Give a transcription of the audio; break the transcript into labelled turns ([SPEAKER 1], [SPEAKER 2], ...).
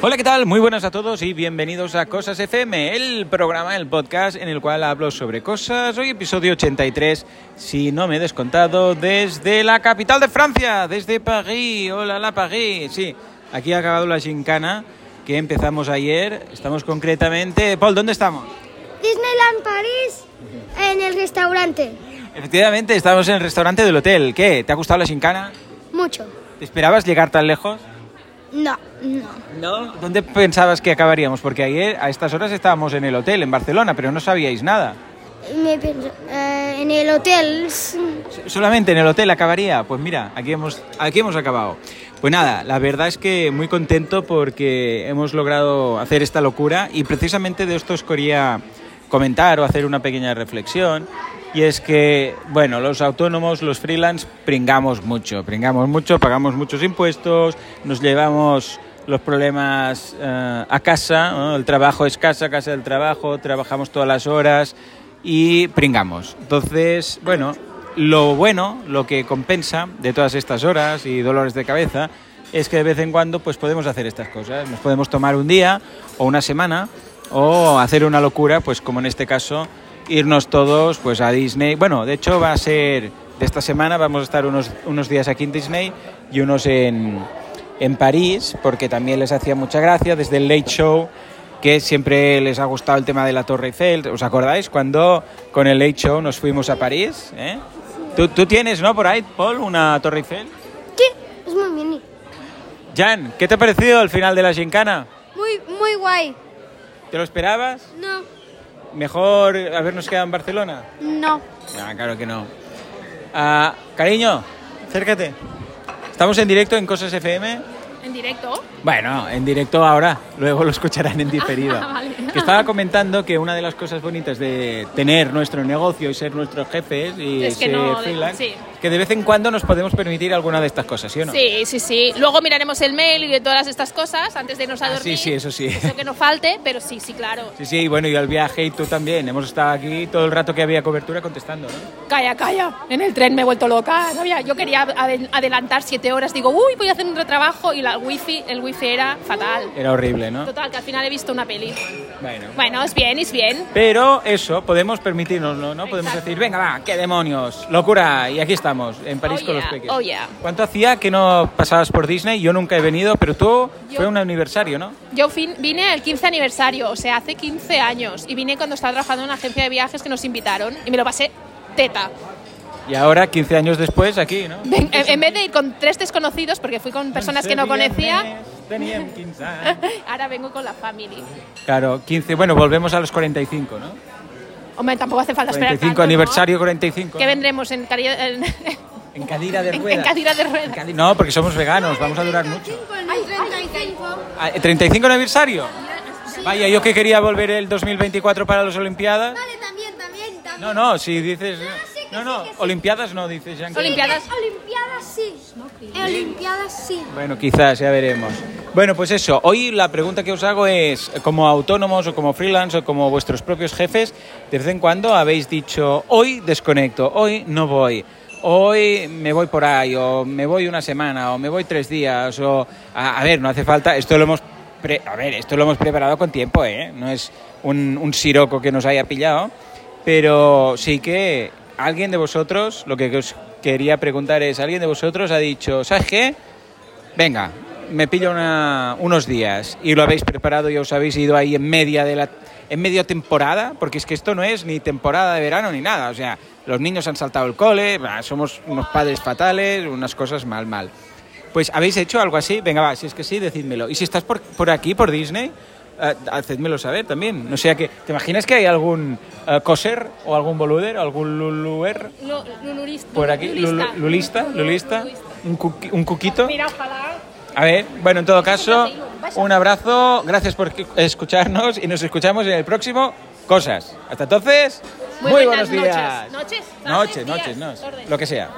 [SPEAKER 1] Hola, ¿qué tal? Muy buenas a todos y bienvenidos a Cosas FM, el programa, el podcast en el cual hablo sobre cosas. Hoy episodio 83, si no me he descontado, desde la capital de Francia, desde París. Hola, la París. Sí, aquí ha acabado la gincana que empezamos ayer. Estamos concretamente... Paul, ¿dónde estamos?
[SPEAKER 2] Disneyland París en el restaurante.
[SPEAKER 1] Efectivamente, estamos en el restaurante del hotel. ¿Qué? ¿Te ha gustado la gincana?
[SPEAKER 2] Mucho.
[SPEAKER 1] ¿Te esperabas llegar tan lejos?
[SPEAKER 2] No, no.
[SPEAKER 1] No. ¿Dónde pensabas que acabaríamos? Porque ayer a estas horas estábamos en el hotel en Barcelona, pero no sabíais nada.
[SPEAKER 2] Me pienso, eh, en el hotel. s-
[SPEAKER 1] Solamente en el hotel acabaría. Pues mira, aquí hemos, aquí hemos acabado. Pues nada, la verdad es que muy contento porque hemos logrado hacer esta locura y precisamente de esto os quería comentar o hacer una pequeña reflexión. Y es que, bueno, los autónomos, los freelance, pringamos mucho, pringamos mucho, pagamos muchos impuestos, nos llevamos los problemas eh, a casa, ¿no? el trabajo es casa, casa del trabajo, trabajamos todas las horas y pringamos. Entonces, bueno, lo bueno, lo que compensa de todas estas horas y dolores de cabeza es que de vez en cuando pues podemos hacer estas cosas, nos podemos tomar un día o una semana o hacer una locura, pues como en este caso irnos todos pues a Disney. Bueno, de hecho va a ser de esta semana vamos a estar unos unos días aquí en Disney y unos en en París, porque también les hacía mucha gracia desde el Late Show, que siempre les ha gustado el tema de la Torre Eiffel. ¿Os acordáis cuando con el Late Show nos fuimos a París? eh? ¿Tú, tú tienes, ¿no? Por ahí, Paul, una Torre Eiffel.
[SPEAKER 2] Sí, es muy mini.
[SPEAKER 1] Jan, ¿qué te ha parecido el final de la Gincana?
[SPEAKER 2] Muy, muy guay.
[SPEAKER 1] ¿Te lo esperabas?
[SPEAKER 2] No,
[SPEAKER 1] ¿Mejor habernos quedado en Barcelona?
[SPEAKER 2] no.
[SPEAKER 1] No, claro que no. Ah, cariño, acércate. Estamos en directo en Cosas FM.
[SPEAKER 3] ¿En directo?
[SPEAKER 1] Bueno, en directo ahora, luego lo escucharán en diferido.
[SPEAKER 3] Ah, vale.
[SPEAKER 1] Que estaba comentando que una de las cosas bonitas de tener nuestro negocio y ser nuestros jefes y
[SPEAKER 3] Es que
[SPEAKER 1] ser
[SPEAKER 3] no, de-
[SPEAKER 1] freelance,
[SPEAKER 3] sí.
[SPEAKER 1] es que de vez en cuando nos podemos permitir alguna de estas cosas, ¿sí o no?
[SPEAKER 3] Sí, sí, sí. Luego miraremos el mail y de todas estas cosas antes de irnos a
[SPEAKER 1] Ah,
[SPEAKER 3] dormir.
[SPEAKER 1] sí, sí, eso sí.
[SPEAKER 3] Eso que no falte, pero sí, sí, claro.
[SPEAKER 1] Sí, sí, y bueno, y al viaje y tú también. Hemos estado aquí todo el rato que había cobertura contestando, ¿no?
[SPEAKER 3] Calla, calla. En el tren me he vuelto loca. No había- yo quería ade- adelantar siete horas. Digo, uy, voy a hacer un retrabajo. Y la wifi, el wifi era fatal.
[SPEAKER 1] Era horrible, ¿no?
[SPEAKER 3] Total, que al final he visto una peli.
[SPEAKER 1] Bueno.
[SPEAKER 3] Bueno, es bien, es bien.
[SPEAKER 1] Pero eso, podemos permitirnoslo, ¿no? Podemos
[SPEAKER 3] Exacto.
[SPEAKER 1] decir, venga, va, qué demonios, locura, y aquí estamos, en París
[SPEAKER 3] Oh,
[SPEAKER 1] con
[SPEAKER 3] yeah,
[SPEAKER 1] los peques.
[SPEAKER 3] oh, yeah.
[SPEAKER 1] ¿Cuánto hacía que no pasabas por Disney? Yo nunca he venido, pero tú
[SPEAKER 3] Yo-
[SPEAKER 1] fue un aniversario, ¿no?
[SPEAKER 3] Yo fin- vine al 15 aniversario, o sea, hace 15 años. Y vine cuando estaba trabajando en una agencia de viajes que nos invitaron. Y me lo pasé teta.
[SPEAKER 1] Y ahora, 15 años después, aquí, ¿no?
[SPEAKER 3] Ven- en, en vez de ir con tres desconocidos, porque fui con personas que no conocía,
[SPEAKER 1] Tenían 15 años.
[SPEAKER 3] ahora vengo con la familia.
[SPEAKER 1] Claro, 15, bueno, volvemos a los 45, ¿no?
[SPEAKER 3] Hombre, tampoco hace falta esperar
[SPEAKER 1] 45
[SPEAKER 3] tanto, ¿no?
[SPEAKER 1] aniversario, 45.
[SPEAKER 3] ¿Qué
[SPEAKER 1] ¿no?
[SPEAKER 3] vendremos en, cari- en,
[SPEAKER 1] En cadira de
[SPEAKER 3] en
[SPEAKER 1] ruedas.
[SPEAKER 3] cadira de ruedas?
[SPEAKER 1] En cadi- No, porque somos veganos, vamos a durar mucho.
[SPEAKER 2] Ay, 35.
[SPEAKER 1] Ah, ¿35 aniversario? Vaya, yo que quería volver el 2024 para las Olimpiadas.
[SPEAKER 2] Vale, también, también, también.
[SPEAKER 1] No, no, si dices...
[SPEAKER 2] sí que
[SPEAKER 1] No,
[SPEAKER 2] sí,
[SPEAKER 1] no,
[SPEAKER 2] que sí.
[SPEAKER 1] Olimpiadas no, dices Jean.
[SPEAKER 3] Olimpiadas.
[SPEAKER 2] Olimpiadas sí. Olimpiadas sí.
[SPEAKER 1] Bueno, quizás, ya veremos. Bueno, pues eso, hoy la pregunta que os hago es, como autónomos o como freelance o como vuestros propios jefes, de vez en cuando habéis dicho, hoy desconecto, hoy no voy, hoy me voy por ahí, o me voy una semana, o me voy tres días, o... A, a ver, no hace falta, esto lo hemos... pre- a ver, esto lo hemos preparado con tiempo, ¿eh? No es un, un siroco que nos haya pillado. Pero sí que alguien de vosotros, lo que os quería preguntar es, alguien de vosotros ha dicho, ¿sabes qué? Venga, me pillo una- unos días y lo habéis preparado y os habéis ido ahí en media de la en media temporada, porque es que esto no es ni temporada de verano ni nada, o sea, los niños han saltado el cole, bah, somos unos padres fatales, unas cosas mal, mal. Pues habéis hecho algo así, venga va, si es que sí, decídmelo. Y si estás por, por aquí, por Disney, eh, hacedmelo saber también. No sea que, ¿te imaginas que hay algún eh, coser o algún boluder o algún luluer
[SPEAKER 3] Lu- lulurista-
[SPEAKER 1] por aquí? Lulu-
[SPEAKER 3] lulista.
[SPEAKER 1] ¿Lulista? ¿Lulista? ¿Un, cuqui- un cuquito?
[SPEAKER 3] Mira, ojalá.
[SPEAKER 1] A ver, bueno, en todo caso, un abrazo, gracias por escucharnos y nos escuchamos en el próximo Cosas. Hasta entonces,
[SPEAKER 3] Muy
[SPEAKER 1] muy, buenos
[SPEAKER 3] buenas
[SPEAKER 1] días.
[SPEAKER 3] noches. Noches, tardes,
[SPEAKER 1] Noches,
[SPEAKER 3] días,
[SPEAKER 1] noches, no,
[SPEAKER 3] tardes.
[SPEAKER 1] lo que sea.